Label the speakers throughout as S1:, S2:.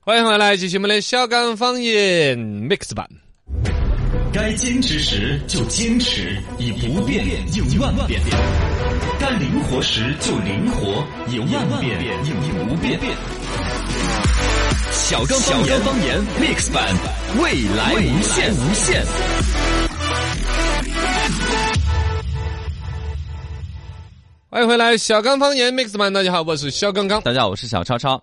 S1: 欢迎回来，继续我们的小港方言 mix 版。
S2: 该坚持时就坚持，以不变应万变；该灵活时就灵活，以万变应不变。小刚小刚方言 mix 版，未来无限无限。
S1: 欢迎回来，小刚方言 mix 版，大家好，我是小刚刚。
S3: 大家好，我是小超超。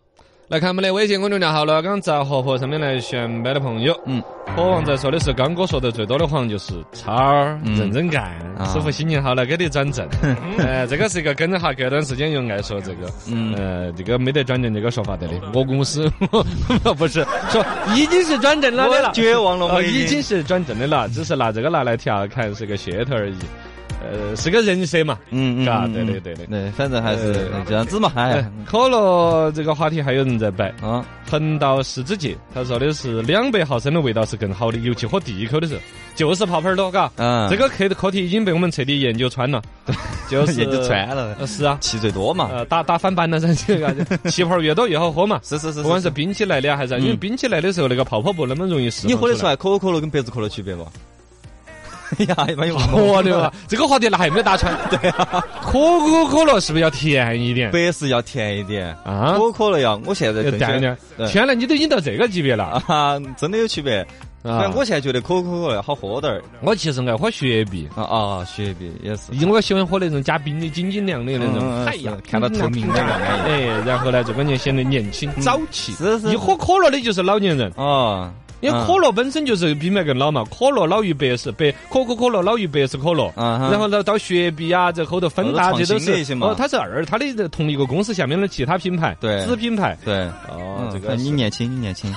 S1: 来看我们的微信公众账号“了，刚杂货铺”上面来选班的朋友。
S3: 嗯，
S1: 火王在说的是刚哥说的最多的谎就是超儿
S3: 嗯
S1: 认真干，
S3: 啊
S1: 师傅心情好了给你转 正。呃，这个是一个跟着哈，隔段时间又爱说这个，
S3: 嗯
S1: 呃，这个没得转正这个说法的的。我公司 不是说 已经是转正了的了，
S3: 绝望了
S1: 呃已经是转正的了，只是拿这个拿来调侃是个噱头而已。呃，是个人设嘛，
S3: 嗯嗯
S1: 嘎，
S3: 嗯
S1: 对
S3: 嗯
S1: 对对对。
S3: 对，反正还是
S1: 呃
S3: 这样子嘛，哎，
S1: 可乐这个话题还有人在摆，
S3: 啊，
S1: 横道世之介，他说的是两百毫升的味道是更好的，尤其喝第一口的时候，就是泡泡儿多，嘎。
S3: 嗯
S1: 这个课课题已经被我们彻底研究穿 了，就是
S3: 研究穿了
S1: 呃是啊，
S3: 气最多嘛，
S1: 呃，打打翻版了噻，这个气泡儿越多越好喝嘛。
S3: 是是是
S1: 不管是
S3: 是。
S1: 冰起来的还是啥，因为
S3: 嗯
S1: 冰起来的时候那个泡泡不那么容易释
S3: 你
S1: 放
S3: 喝得出
S1: 出来。
S3: 来可口可乐跟白子可乐区别不？哎 呀，一般有
S1: 哦， 对吧？这个话题那还没打 穿。对啊， 可口可乐是不是要甜一点
S3: 白是要甜一点，
S1: 啊
S3: 可？口可乐要，我现在
S1: 要
S3: 更喜
S1: 呃淡一
S3: 欢
S1: 点
S3: 对。
S1: 天呐，你都已经到这个级别了
S3: 嗯啊，真的有区别。反
S1: 啊
S3: 正！我现在觉得可口可乐好喝点儿
S1: 我其实爱喝雪碧。
S3: 啊啊，雪碧也是，
S1: 因为我喜欢喝那种加冰的、晶晶亮的那种，
S3: 嗯
S1: 哎呀
S3: 是，看到透明
S1: 冰
S3: 的
S1: 啊
S3: 那个嗯
S1: 哎，然后呢，就感觉显得年轻、朝气。
S3: 是是
S1: 一喝可乐的就是老年人，
S3: 啊，
S1: 因为
S3: 嗯
S1: 可乐本身就是比麦更老嘛，可乐老于百事百，可口可乐老于百事可乐。
S3: 啊哈
S1: 然后呢，到雪碧啊，这后头芬达，
S3: 后
S1: 这
S3: 头
S1: 都
S3: 创新的一
S1: 是
S3: 些嘛
S1: 哦，它是二，它的同一个公司下面的其他品牌，
S3: 对
S1: 子品牌。
S3: 对，
S1: 哦
S3: 嗯，
S1: 这个
S3: 你年轻，你年 轻，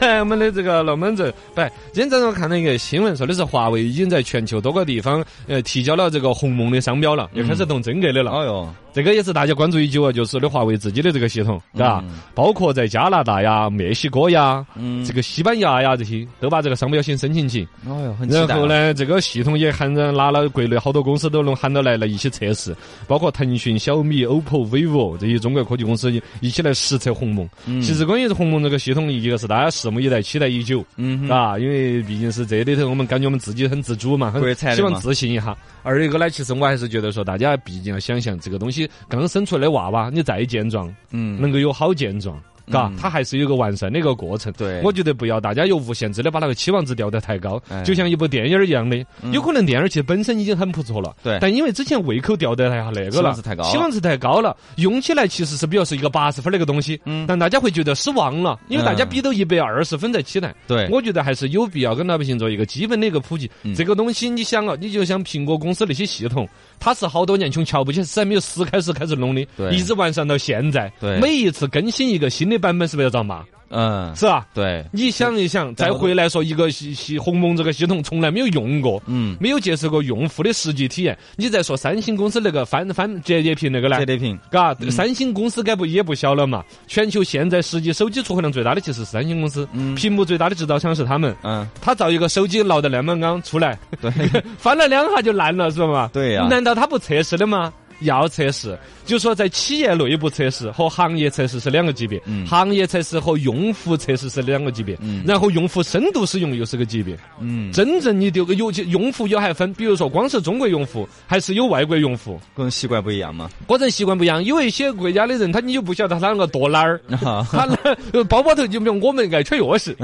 S1: 来， 我们的这个龙门阵，不，今天早上看到一个新闻，说的是华为已经在全球多个地方呃提交了这个鸿蒙的商标了，又开始动真格的了。
S3: 哎哟，
S1: 这个也是大家关注已久啊，就是的华为自己的这个系统，嘎、
S3: 嗯
S1: 包括在加拿大呀、墨西哥呀、
S3: 嗯
S1: 这，个西班牙呀这些，都把这个商标先申请起。
S3: 哎哟，很期
S1: 然
S3: 待
S1: 后
S3: 啊，
S1: 呢，这个系统也喊着拿了国内好多公司都能喊到来来一起测试，包括腾讯、小米、OPPO、vivo 这些中国科技公司一一起来实测鸿蒙。
S3: 嗯
S1: 其实关于鸿蒙这个系统，一个是大家拭目以待、期待已久。
S3: 嗯哼
S1: 啊，因为毕竟是这里头，我们感觉我们自己很自主嘛，很
S3: 国产的
S1: 希望
S3: 嘛
S1: 自信一下。二一个呢，其实我还是觉得说，大家毕竟要想象这个东西刚生出来的娃娃，你再健壮，
S3: 嗯，
S1: 能够有好健壮。嘎
S3: 嗯，
S1: 它还是有个完善的一个过程。
S3: 对
S1: 我觉得不要大家有无限制的把那个期望值吊得太高
S3: 哎，嗯
S1: 就像一部电影儿一样的，有可能电影儿其实本身已经很不错了，
S3: 对
S1: 但因为之前胃口吊得太那个
S3: 期
S1: 了，
S3: 望值太高了
S1: 期望值太高了，用起来其实是比如是一个八十分儿那个东西，但大家会觉得失望了，因为大家
S3: 嗯
S1: 比都一百二十分在期待。
S3: 对嗯
S1: 我觉得还是有必要跟老百姓做一个基本的一个普及。这个东西你想啊，你就像苹果公司那些系统，它是好多年从乔布斯还没有死开始开始弄的，
S3: 对
S1: 一直完善到现在。
S3: 对
S1: 每一次更新一个新的版本，是不是要遭骂？
S3: 嗯，
S1: 是吧？
S3: 对，
S1: 你想一想，再回来说一个系系鸿蒙这个系统从来没有用过，
S3: 嗯，
S1: 没有接受过用户的实际体验，你再说三星公司那个翻翻折叠屏那个呢
S3: 折？叠屏，
S1: 嘎，三星公司该不也不小了嘛？全球现在实际手机出货量最大的其实是三星公司，屏幕最大的制造商是他们。
S3: 嗯，
S1: 他造一个手机闹得那么昂出来，
S3: 对，
S1: 翻了两下就烂了，是吧嘛？
S3: 对呀
S1: 难道他不测试的吗？要测试，就说在企业内部测试和行业测试是两个级别，
S3: 嗯
S1: 行业测试和用户测试是两个级别，然后用户深度使用又是个级别。
S3: 嗯，
S1: 真正你丢个有用户有还分，比如说光是中国用户，还是有外国用户，
S3: 个人习惯不一样嘛，
S1: 个人习惯不一样。有一些国家的人，他你就不晓得他啷个剁哪儿，
S3: 哈，
S1: 他那包包头就比如我们爱揣钥匙，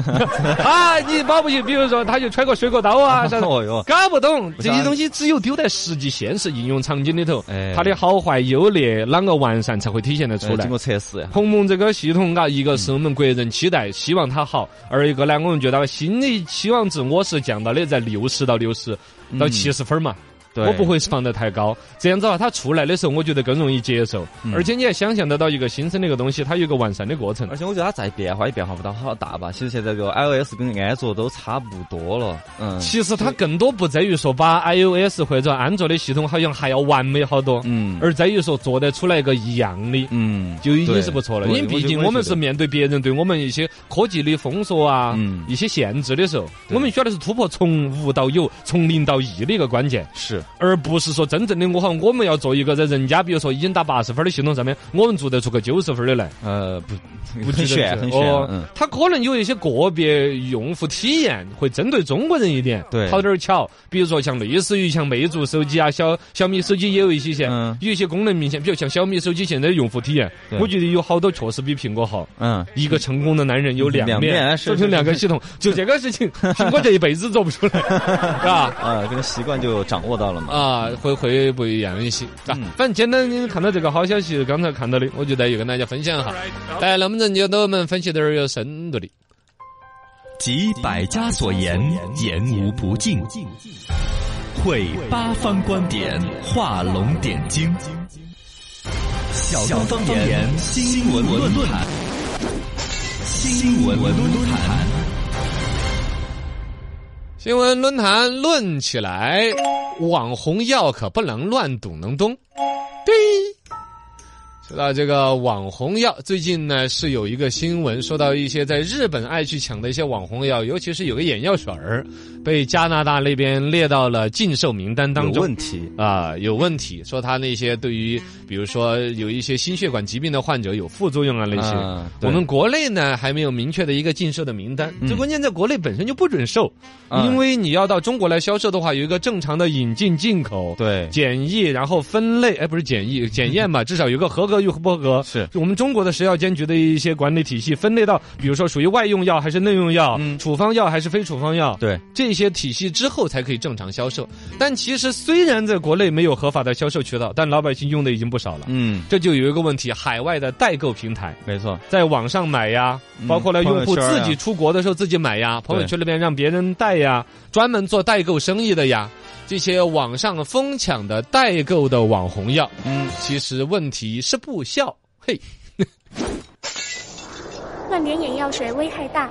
S1: 啊，你包不起，比如说他就揣个水果刀 啊啥的。
S3: 哦哟，
S1: 搞不懂
S3: 不
S1: 这
S3: 晓得
S1: 些东西，只有丢在实际现实应用场景里头，
S3: 哎
S1: 它的好坏优劣啷个完善才会体现得出
S3: 呃
S1: 来
S3: 经。过测试，
S1: 鸿蒙这个系统，嘎，啊一个是我们国人期待，希望它好；二一个呢，我们觉得新的期望值我是降到的在六十到六十到七十分嘛。
S3: 对
S1: 我不会放得太高，这样子的话，它出来的时候，我觉得更容易接受，
S3: 嗯
S1: 而且你也想象得到一个新生的一个东西，它有一个完善的过程
S3: 而。且我觉得它再变化也变化不到好大吧。其实现在这个 iOS 跟安卓都差不多了，嗯
S1: 其实它更多不在于说把 iOS 或者安卓的系统好像还要完美好多，
S3: 嗯
S1: 而在于说做得出来一个一样的。
S3: 嗯，
S1: 就已经是不错了，因
S3: 对
S1: 为毕竟我们是面对别人对我们一些科技的封锁啊
S3: 嗯，
S1: 一些限制的时候，我们需要的是突破从无到有、从零到一的一个关键。
S3: 是是
S1: 而不是说真正的我好，我们要做一个在人家比如说已经打八十分的系统上面，我们做得出个九十分的来，
S3: 呃不
S1: 不
S3: 很
S1: 值得
S3: 炫
S1: 是
S3: 很炫，
S1: 哦
S3: 嗯，，
S1: 它可能有一些个别用户体验会针对中国人一点，
S3: 对
S1: 好点儿巧。比如说像类似于像魅族手机啊、小小米手机也有一些些，
S3: 嗯
S1: 有一些功能明显，比如像小米手机现在用户体验，
S3: 对
S1: 我觉得有好多确实比苹果好。
S3: 嗯，
S1: 一个成功的男人有两
S3: 两面哎是
S1: 做成两个系统，就这个事 情，苹果这一辈子做不出来，是吧？
S3: 啊，这个习惯就掌握到了嘛，
S1: 啊，会会不一样一些啊。
S3: 嗯
S1: 反正简单看到这个好消息，刚才看到的，我觉得也跟大家分享一下。大家能不能就给我们分析点儿有深度的？
S2: 集百家所言，言无不尽；汇八方观点，画龙点睛。小刚方言新闻论坛，新闻论坛。
S1: 新闻论坛论起来，网红药可不能乱懂能懂。对，说到这个网红药，最近呢是有一个新闻，说到一些在日本爱去抢的一些网红药，尤其是有个眼药水儿，被加拿大那边列到了禁售名单当
S3: 有
S1: 中。
S3: 问题，
S1: 啊、有问题，说他那些对于，比如说有一些心血管疾病的患者有副作用啊那些。
S3: 啊对嗯
S1: 我们国内呢还没有明确的一个禁售的名单，最关键在国内本身就不准售，
S3: 啊
S1: 因为你要到中国来销售的话，有一个正常的引进进口。
S3: 对
S1: 检疫，然后分类，哎，不是检疫，检验嘛，至少有个合格与不合格。
S3: 是
S1: 我们中国的食药监局的一些管理体系，分类到，比如说属于外用药还是内用药，
S3: 嗯
S1: 处方药还是非处方药。
S3: 对，
S1: 这些体系之后才可以正常销售。但其实虽然在国内没有合法的销售渠道，但老百姓用的已经不少了。
S3: 嗯，
S1: 这就有一个问题，海外的代购平台。
S3: 没错，
S1: 在网上买呀，包括呢
S3: 嗯
S1: 用户
S3: 朋友圈
S1: 自
S3: 呀
S1: 己出国的时候自己买呀，朋友圈里面让别人带呀，专门做代购生意的呀，这些网上疯抢的代购的网红药，
S3: 嗯，
S1: 其实问题是不效。嘿，
S4: 乱点眼药水危害大。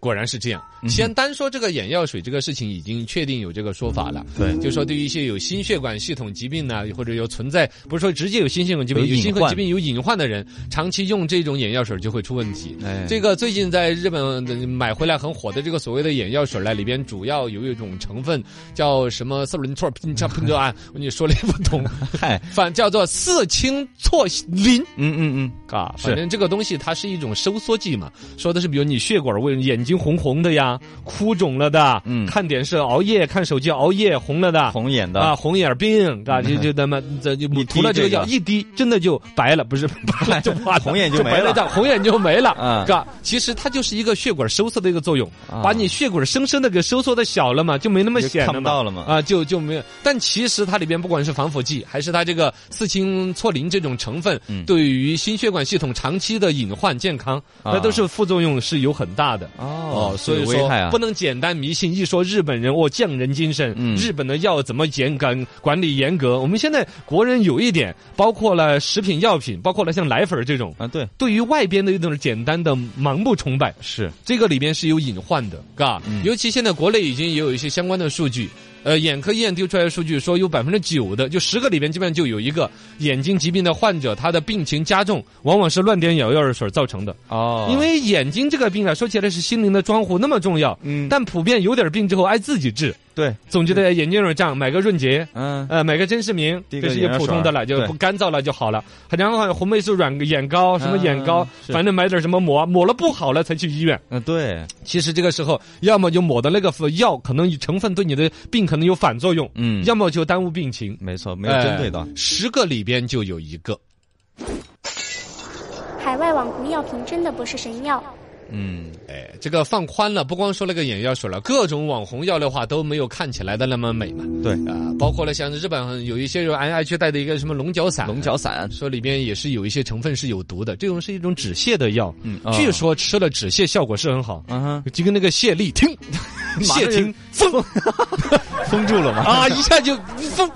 S1: 果然是这样。
S3: 嗯
S1: 先单说这个眼药水这个事情，已经确定有这个说法了。
S3: 嗯对，
S1: 就说对于一些有心血管系统疾病呢、啊或者有存在，不是说直接有心血管疾病，
S3: 有
S1: 有
S3: 隐
S1: 心血管
S3: 患
S1: 疾病有隐患的人，长期用这种眼药水就会出问题。
S3: 哎，
S1: 这个最近在日本呃买回来很火的这个所谓的眼药水呢，里边主要有一种成分叫什么色轮唑拼叉拼啊，我跟你说了也不 懂，
S3: 嗨，
S1: 反叫做四氢唑林。
S3: 嗯嗯嗯，
S1: 啊，
S3: 是
S1: 反正这个东西它是一种收缩剂嘛，说的是比如你血管为眼睛红红的呀，哭肿了的，
S3: 嗯
S1: 看电视熬夜看手机熬夜红了的，
S3: 红眼
S1: 啊，
S3: 的，嗯
S1: 红眼病，啊，就就那么这就
S3: 一滴
S1: 涂了这个
S3: 这
S1: 药
S3: 个
S1: 一滴，真的就白了，不是 白了就化了，
S3: 红眼就
S1: 就
S3: 没
S1: 白
S3: 了
S1: 这样红眼就没了，
S3: 嗯
S1: 啊，其实它就是一个血管收缩的一个作用，
S3: 啊
S1: 把你血管生生的给收缩的小了嘛，就没那么
S3: 就
S1: 显
S3: 看
S1: 了
S3: 不
S1: 嘛
S3: 到了嘛
S1: 啊，就就没有。但其实它里边不管是防腐剂，还是它这个四氢唑林这种成分，
S3: 嗯
S1: 对于心血管系统长期的隐患健康，那
S3: 啊
S1: 都是副作用是有很大的。
S3: 哦
S1: 所以
S3: 这个危
S1: 说
S3: 害啊
S1: 不能简单迷信，一说日本人哦匠人精神，
S3: 嗯
S1: 日本的药怎么严管管理严格？我们现在国人有一点，包括了食品药品，包括了像奶粉儿这种，
S3: 啊，对，
S1: 对于外边的一种简单的盲目崇拜，
S3: 是，
S1: 这个里边是有隐患的，嘎、
S3: 嗯
S1: 尤其现在国内已经也有一些相关的数据，呃，眼科医院丢出来的数据说有百分之九的，就十个里边基本上就有一个眼睛疾病的患者，他的病情加重，往往是乱点眼药水造成的。
S3: 哦
S1: 因为眼睛这个病啊，说起来是心灵的窗户，那么重要，
S3: 嗯
S1: 但普遍有点病之后爱自己治，
S3: 对，
S1: 总觉得哎眼睛有点胀，买个润洁。
S3: 嗯，
S1: 呃，买个珍视明，
S3: 滴
S1: 这
S3: 个
S1: 是一
S3: 眼
S1: 个
S3: 药
S1: 普
S3: 水
S1: 通的
S3: 儿
S1: 了，就
S3: 对
S1: 不干燥了就好了。然后红霉素软眼膏，什么眼膏，
S3: 嗯是
S1: 反正买点什么抹，抹了不好了才去医院。
S3: 嗯，对，
S1: 其实这个时候，要么就抹的那个药可能成分对你的病可能有反作用，
S3: 嗯，
S1: 要么就耽误病情。
S3: 没错，没有针对到
S1: 哎，十个里边就有一个。
S4: 海外网红药品真的不是神药。
S3: 嗯，
S1: 哎，这个放宽了，不光说那个眼药水了，各种网红药的话都没有看起来的那么美嘛。
S3: 对
S1: 啊、包括了像日本哎有一些人爱爱去带的一个什么龙角散，
S3: 龙角散，
S1: 说里边也是有一些成分是有毒的，这种是一种止泻的药，
S3: 嗯
S1: 据
S3: 哦
S1: 说吃了止泻效果是很好，
S3: 嗯哼，
S1: 就跟那个谢丽听，
S3: 马上
S1: 谢
S3: 就
S1: 霆锋
S3: 封住了 嘛，
S1: 啊，一下就 疯。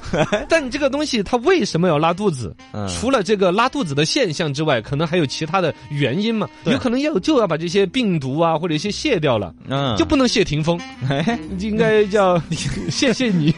S1: 但这个东西它为什么要拉肚子？
S3: 嗯
S1: 除了这个拉肚子的现象之外，可能还有其他的原因嘛？
S3: 对
S1: 有可能要就要把这些病毒啊或者一些卸掉了。
S3: 嗯，
S1: 就不能谢霆锋，
S3: 哎，
S1: 应该叫谢谢你，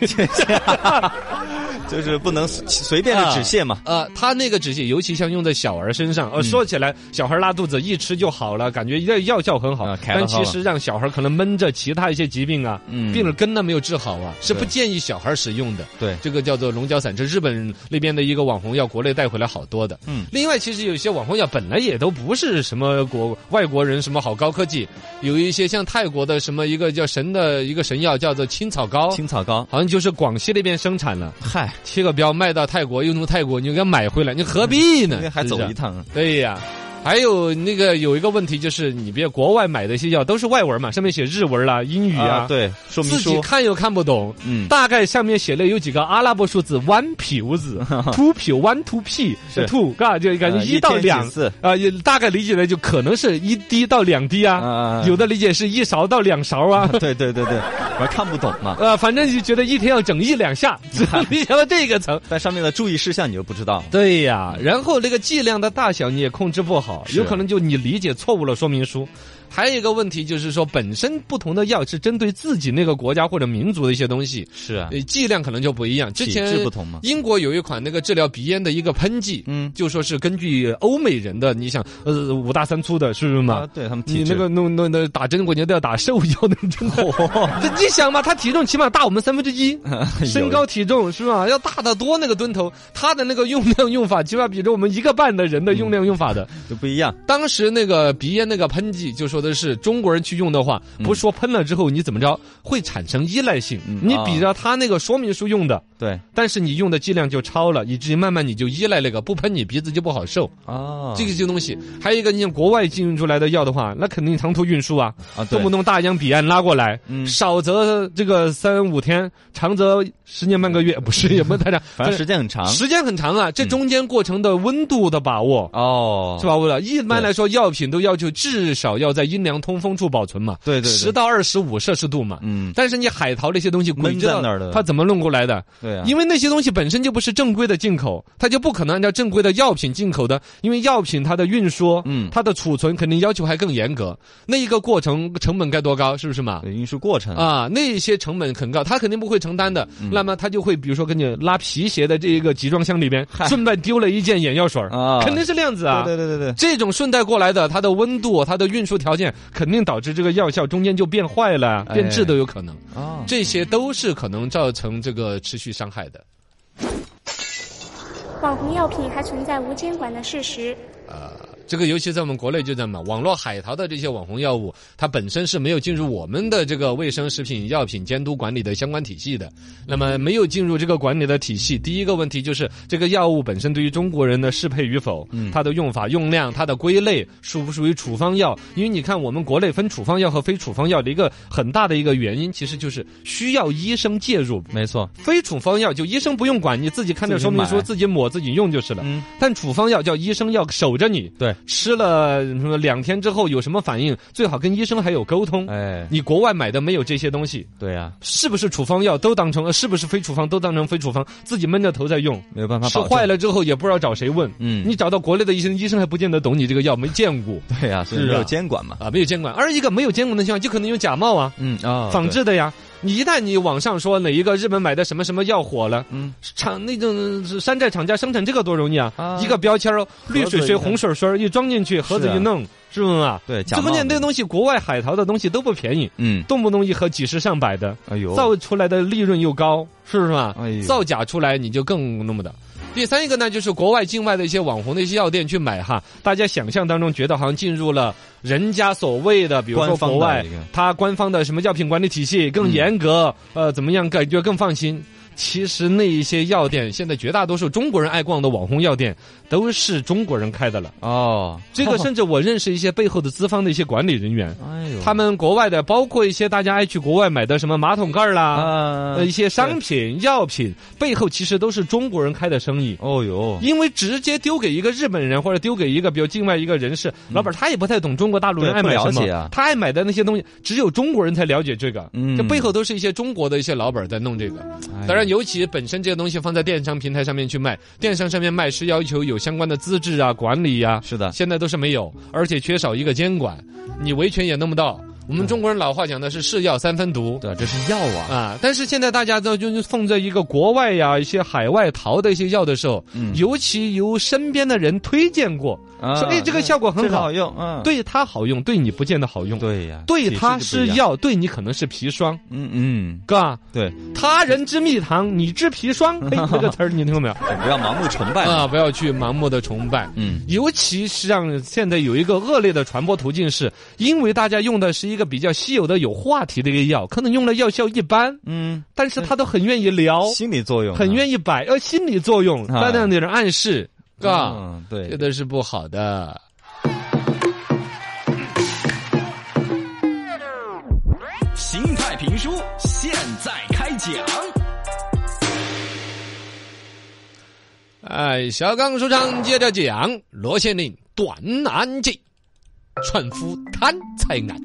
S3: 就是不能随随便的止泻嘛。
S1: 呃，他那个止泻尤其像用在小儿身上。
S3: 嗯
S1: 呃，说起来，小孩拉肚子一吃就好了，感觉药药效很好
S3: 啊，开了
S1: 但
S3: 好
S1: 其
S3: 了
S1: 实让小孩可能闷着其他一些疾病啊，
S3: 嗯
S1: 病了根呢没有治好啊，是不
S3: 对
S1: 建议小孩使用的。
S3: 对
S1: 这个叫做龙角散，这日本那边的一个网红药，国内带回来好多的。
S3: 嗯
S1: 另外其实有些网红药本来也都不是什么国外国人什么好高科技，有一些像泰国的什么一个叫神的一个神药叫做青草膏，
S3: 青草膏，
S1: 好像就是广西那边生产了。
S3: 嗨，
S1: 贴个标卖到泰国，又从泰国你就给它买回来，你何必呢
S3: 今？天嗯还
S1: 是不
S3: 走
S1: 是
S3: 一趟，
S1: 对呀。还有那个有一个问题就是，你别国外买的一些药都是外文嘛，上面写日文啦、英语啊，
S3: 啊，对，说明
S1: 自己
S3: 书，
S1: 看又看不懂。
S3: 嗯，
S1: 大概上面写了有几个阿拉伯数字，one 撇子 ，two 撇 one two p
S3: 是
S1: two，嘎，就感觉
S3: 呃
S1: 一到
S3: 天
S1: 两
S3: 几次，
S1: 啊，也大概理解的就可能是一滴到两滴
S3: 啊
S1: 啊，
S3: 啊，啊
S1: 有，的理解是一勺到两勺 啊，
S3: 对对对对，我看不懂嘛，
S1: 呃，反正就觉得一天要整一两 下，只理解到这个层。
S3: 但上面的注意事项你就不知道了，
S1: 对呀，然后那个剂量的大小你也控制不好，
S3: 是
S1: 有可能就你理解错误了说明书。还有一个问题就是说，本身不同的药是针对自己那个国家或者民族的一些东西，
S3: 是啊，
S1: 呃剂量可能就不一样。之前
S3: 体质不同嘛
S1: 英国有一款那个治疗鼻炎的一个喷剂，
S3: 嗯
S1: 就说是根据欧美人的，你想呃五大三粗的，是不是嘛？
S3: 啊，对他们
S1: 你
S3: 体质
S1: 那个弄弄那打针，我觉得都要打兽药的针。
S3: 哦
S1: 这你想嘛，他体重起码大我们三分之一，身高体重是吧？要大得多那个蹲头，他的那个用量用法起码比着我们一个半的人的用量用法的。
S3: 就不一样，
S1: 当时那个鼻炎那个喷剂就说的是中国人去用的话，不是说喷了之后你怎么着会产生依赖性，
S3: 嗯
S1: 你
S3: 啊
S1: 比着他那个说明书用的。
S3: 对，
S1: 但是你用的剂量就超了，以至于慢慢你就依赖那个，不喷你鼻子就不好受。
S3: 啊，
S1: 哦这个些东西，还有一个你像国外进运出来的药的话，那肯定长途运输啊，
S3: 啊，对
S1: 动不动大洋彼岸拉过来，
S3: 嗯
S1: 少则这个三五天，长则十年半个月，不是也不是太长，
S3: 反正时间很长，
S1: 时间很长啊。这中间过程的温度的把握。
S3: 哦，
S1: 是？吧？为了一般来说，药品都要求至少要在阴凉通风处保存嘛，
S3: 对对对
S1: 十到二十五摄氏度嘛。
S3: 嗯，
S1: 但是你海淘那些东西，
S3: 闷
S1: 鬼知道
S3: 在那儿的
S1: 它怎么弄过来的？
S3: 对啊，
S1: 因为那些东西本身就不是正规的进口，它就不可能按照正规的药品进口的，因为药品它的运输，
S3: 嗯
S1: 它的储存肯定要求还更严格，那一个过程成本该多高，是不是嘛？
S3: 对运输过程，
S1: 啊，那些成本很高，他肯定不会承担的。
S3: 嗯
S1: 那么他就会，比如说给你拉皮鞋的这一个集装箱里边，顺带丢了一件眼药水儿
S3: 啊
S1: 肯定是那样子啊。
S3: 对对对对对，
S1: 这种顺带过来的，它的温度、它的运输条件，肯定导致这个药效中间就变坏了、变质都有可能。
S3: 啊，
S1: 哎这些都是可能造成这个持续伤害的。
S4: 网红药品还存在无监管的事实。
S1: 这个尤其在我们国内就这么，网络海淘的这些网红药物，它本身是没有进入我们的这个卫生食品药品监督管理的相关体系的。那么没有进入这个管理的体系，第一个问题就是这个药物本身对于中国人的适配与否，它的用法、用量、它的归类属不属于处方药？因为你看我们国内分处方药和非处方药的一个很大的一个原因，其实就是需要医生介入。
S3: 没错，
S1: 非处方药就医生不用管，你自己看着
S3: 自己
S1: 说明书
S3: 买
S1: 自己抹自己用就是了。
S3: 嗯
S1: 但处方药叫医生要守着你，
S3: 对，
S1: 吃了什么两天之后有什么反应，最好跟医生还有沟通。
S3: 哎，
S1: 你国外买的没有这些东西，
S3: 对啊，
S1: 是不是处方药都当成，呃是不是非处方都当成非处方，自己闷着头在用，
S3: 没有办法
S1: 吃
S3: 保证
S1: 坏了之后也不知道找谁问。
S3: 嗯
S1: 你找到国内的医生，医生还不见得懂你这个药，没见过
S3: 对呀、所以
S1: 是
S3: 没有
S1: 啊
S3: 监管嘛。
S1: 啊，没有监管。二一个没有监管的情况，就可能有假冒啊。
S3: 嗯啊
S1: 仿制的呀。你一旦你网上说哪一个日本买的什么什么药火了，
S3: 嗯
S1: 厂那种是山寨厂家生产这个多容易啊，
S3: 啊
S1: 一个标签儿绿水
S3: 盒子
S1: 水
S3: 一
S1: 红水水儿一装进去，盒子
S3: 是啊
S1: 一弄，是不是啊？
S3: 对假
S1: 最关键
S3: 冒
S1: 那
S3: 的
S1: 个东西，国外海淘的东西都不便宜，
S3: 嗯，
S1: 动不动一盒几十上百的，
S3: 哎呦，
S1: 造出来的利润又高，是不是嘛
S3: 哎？呦
S1: 造假出来你就更那么的。第三一个呢，就是国外境外的一些网红的一些药店去买哈，大家想象当中觉得好像进入了人家所谓的，比如说
S3: 官方的
S1: 国外
S3: 一个
S1: 它官方的什么药品管理体系更严格，
S3: 嗯
S1: 呃，怎么样感觉更放心。其实那一些药店，现在绝大多数中国人爱逛的网红药店，都是中国人开的 了。
S3: 哦，
S1: 这个甚至我认识一些背后的资方的一些管理人员，
S3: 哎呦，
S1: 他们国外的，包括一些大家爱去国外买的什么马桶盖儿啦，
S3: 啊
S1: 呃，一些商品、药品背后其实都是中国人开的生意。
S3: 哦呦，
S1: 因为直接丢给一个日本人，或者丢给一个比如境外一个人士，老板他也不太懂中国大陆人
S3: 嗯对
S1: 爱买
S3: 不
S1: 什
S3: 了
S1: 么，
S3: 解啊
S1: 他爱买的那些东西，只有中国人才了解这个。
S3: 嗯
S1: 这背后都是一些中国的一些老板在弄这个。
S3: 哎
S1: 当然，尤其本身这个东西放在电商平台上面去卖，电商上面卖是要求有相关的资质啊、管理呀、
S3: 是的
S1: 现在都是没有，而且缺少一个监管，你维权也弄不到。我
S3: 嗯
S1: 们中国人老话讲的是“是药三分毒”，
S3: 对，这是药啊，
S1: 啊，但是现在大家都就是放在一个国外呀、一些海外淘的一些药的时候，
S3: 嗯
S1: 尤其由身边的人推荐过，
S3: 啊
S1: 说哎这个效果
S3: 这
S1: 很
S3: 个
S1: 好，
S3: 好用，嗯，
S1: 对他好用，对你不见得好用。
S3: 对呀，
S1: 对
S3: 体
S1: 他
S3: 质就
S1: 是
S3: 不一样，
S1: 药，对你可能是砒霜，
S3: 嗯嗯，
S1: 哥。
S3: 对，
S1: 他人之蜜糖，你之砒 霜。哎，这个词儿你听过没有？
S3: 不要盲目崇拜，
S1: 啊，不要去盲目的崇拜。
S3: 嗯，
S1: 尤其是让现在有一个恶劣的传播途径是，因为大家用的是一个比较稀有的、有话题的一个药，可能用了药效一般，
S3: 嗯，
S1: 但是他都很愿意聊，
S3: 心理作用啊，
S1: 很愿意摆，呃，心理作用，
S3: 啊
S1: 大量的人暗示，嘎，
S3: 嗯，
S1: 这
S3: 对，
S1: 都是不好的。
S2: 形态评书现在开讲。
S1: 哎，小刚书长接着讲，罗县令断案记，船夫贪财案。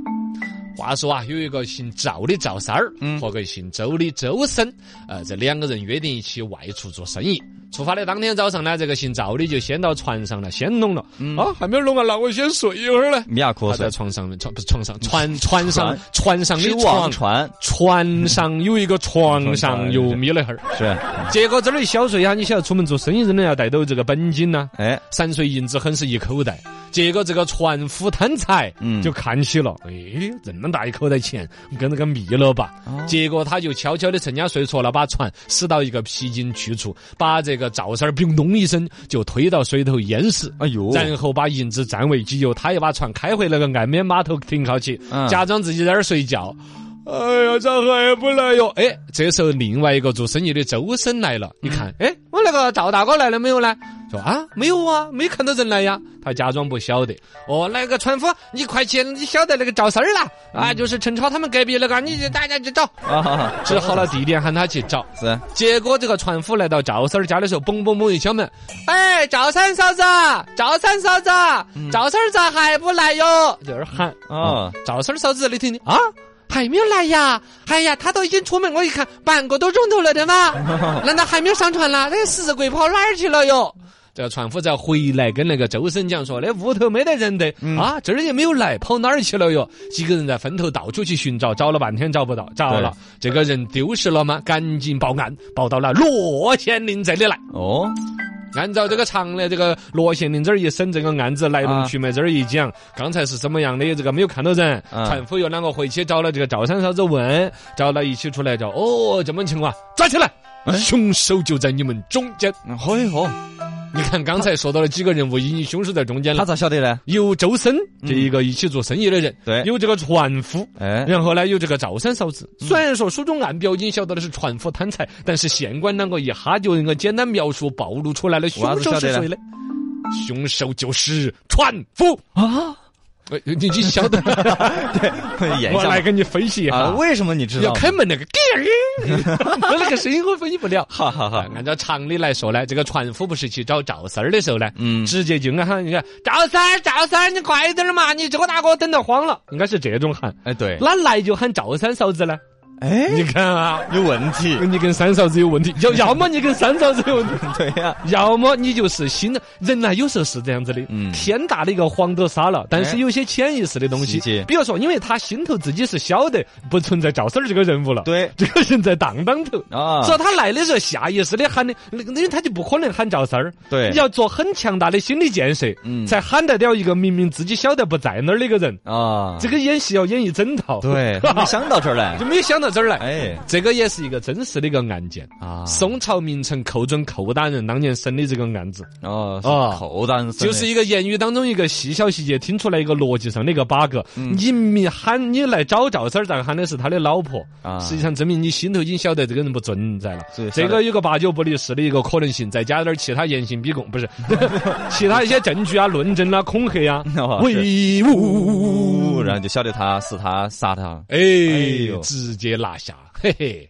S1: 话说啊，有一个姓赵的赵三儿和个姓周的周生，呃，这两个人约定一起外出做生意。出发的当天早上呢，这个姓赵的就先到船上了，先弄了、啊，还没有弄完，那我先睡一会儿呢。
S3: 米亚瞌
S1: 他在
S3: 睡，
S1: 床上，床不是床上， 船船上船上的
S3: 是
S1: 床
S3: 网传，
S1: 船上有一个床上又眯了一会儿，
S3: 是，
S1: 结果这儿一小睡一下，你晓得出门做生意人呢要带走这个本金呐、
S3: 哎，
S1: 散碎银子很是一口袋。结果这个船夫贪财，
S3: 嗯
S1: 就看起了，哎，这么大一口袋钱，跟那个蜜了吧？结果他就悄悄的趁人家睡着了，把船驶到一个僻静去处，把这个赵三儿砰咚一声就推到水头淹死。
S3: 哎呦，
S1: 然后把银子占为己有，他又把船开回那个岸边码头停靠起，
S3: 嗯
S1: 假装自己在那儿睡觉。哎呀，咋还不来哟？哎，这时候另外一个做生意的周生来了，一看，哎，我那个赵大哥来了没有呢？说啊，没有啊，没看到人来呀。他假装不晓得。哦，那个船夫，你快去，你晓得那个赵三儿啦？啊，就是陈超他们隔壁那个，你去大家去找。
S3: 啊，
S1: 只好了地点喊他去找。
S3: 是，
S1: 结果这个船夫来到赵三儿家的时候，嘣嘣嘣一敲门，哎，赵三嫂子，赵三嫂子，赵三儿咋还不来哟？嗯就是喊
S3: 啊，
S1: 赵三儿嫂子，你听听啊。还没有来呀！哎呀，他都已经出门，我一看半个多钟头了的 嘛，难道还没有上船啦？哎那死鬼跑哪儿去了哟？这个船夫再回来跟那个周生讲说，那屋头没得人的、啊，这儿也没有来，跑哪儿去了哟？几个人在分头到处去寻找，找了半天找不到，找了这个人丢失了吗？赶紧报案，报到了罗县令这里来。
S3: 哦，
S1: 按照这个常的这个罗县令这儿一审这个案子来龙去脉这儿一讲，刚才是怎么样的？这个没有看到人，
S3: 啊
S1: 船夫又啷个回去找了这个赵三嫂子问，找了一起出来找，哦，这么情况，抓起来，
S3: 哎
S1: 凶手就在你们中间。
S3: 好一好，
S1: 你看刚才说到了几个人物，已经凶手在中间
S3: 他
S1: 了，
S3: 咋晓得呢？
S1: 有周生这一个一起做生意的人，
S3: 对
S1: 有这个船夫。
S3: 哎，嗯
S1: 然后呢，有这个赵三嫂子。虽然说书中暗表已经晓得的是船夫贪财，但是县官啷个一哈就能够简单描述暴露出来了凶
S3: 娃子
S1: 手是
S3: 晓
S1: 谁
S3: 得
S1: 呢？凶手就是船夫
S3: 啊，
S1: 哎你你晓 得？
S3: 对，演一
S1: 我
S3: 下
S1: 来给你分析一
S3: 啊，
S1: 下。
S3: 为什么你知
S1: 要
S3: 道？
S1: 开门那个，那个声音我分析不了。
S3: 哈哈哈，
S1: 按照常理来说呢，这个船夫不是去找赵三儿的时候呢，
S3: 嗯
S1: 直接就喊你看赵三儿，赵三儿，你快点儿嘛，你这个大哥等得慌了，应该是这种喊。
S3: 哎，对，
S1: 哪来就喊赵三嫂子呢？
S3: 哎，
S1: 你看啊，
S3: 有问题，
S1: 你跟三嫂子有问题，要要么你跟三嫂子有问题，
S3: 对呀，
S1: 要么你就是心的人呐、有时候是这样子的。
S3: 嗯
S1: 天大的一个谎都撒了，但是
S3: 哎
S1: 有些潜意识的东西
S3: 细节，
S1: 比如说，因为他心头自己是晓得 不存在赵三儿这个人物了，，
S3: 对
S1: 这个人在当当头。
S3: 啊，
S1: 所以他来的时候下意识的喊的，那个因为他就不可能喊赵三儿，
S3: 对
S1: 要做很强大的心理建设，
S3: 嗯
S1: 才喊得掉一个明明自己晓得不在那儿的一个人。
S3: 啊，
S1: 这个演戏要演一整套，
S3: 对，没想到这儿来
S1: 就，没有想到这儿来。
S3: 哎
S1: 这个也是一个真实的一个案件。
S3: 啊，
S1: 宋朝名臣寇准寇大人当年审的这个案子，
S3: 哦，
S1: 啊
S3: 是口单身的
S1: 就是一个言语当中一个细小细节听出来一个逻辑上的一个 bug。你
S3: 嗯
S1: 明喊你来找赵三儿，但喊的是他的老婆，
S3: 啊
S1: 实际上证明你心头已经晓得这个人不存在了
S3: 是。
S1: 这
S3: 晓
S1: 个
S3: 得
S1: 有个八九不离十的一个可能性，再加点儿其他严刑逼供，不是 其他一些证据啊、论证啊、恐吓啊
S3: 哦，是
S1: 唯物
S3: 然后就晓得他是他杀他，
S1: 哎
S3: 呦
S1: 直接拿下，嘿嘿。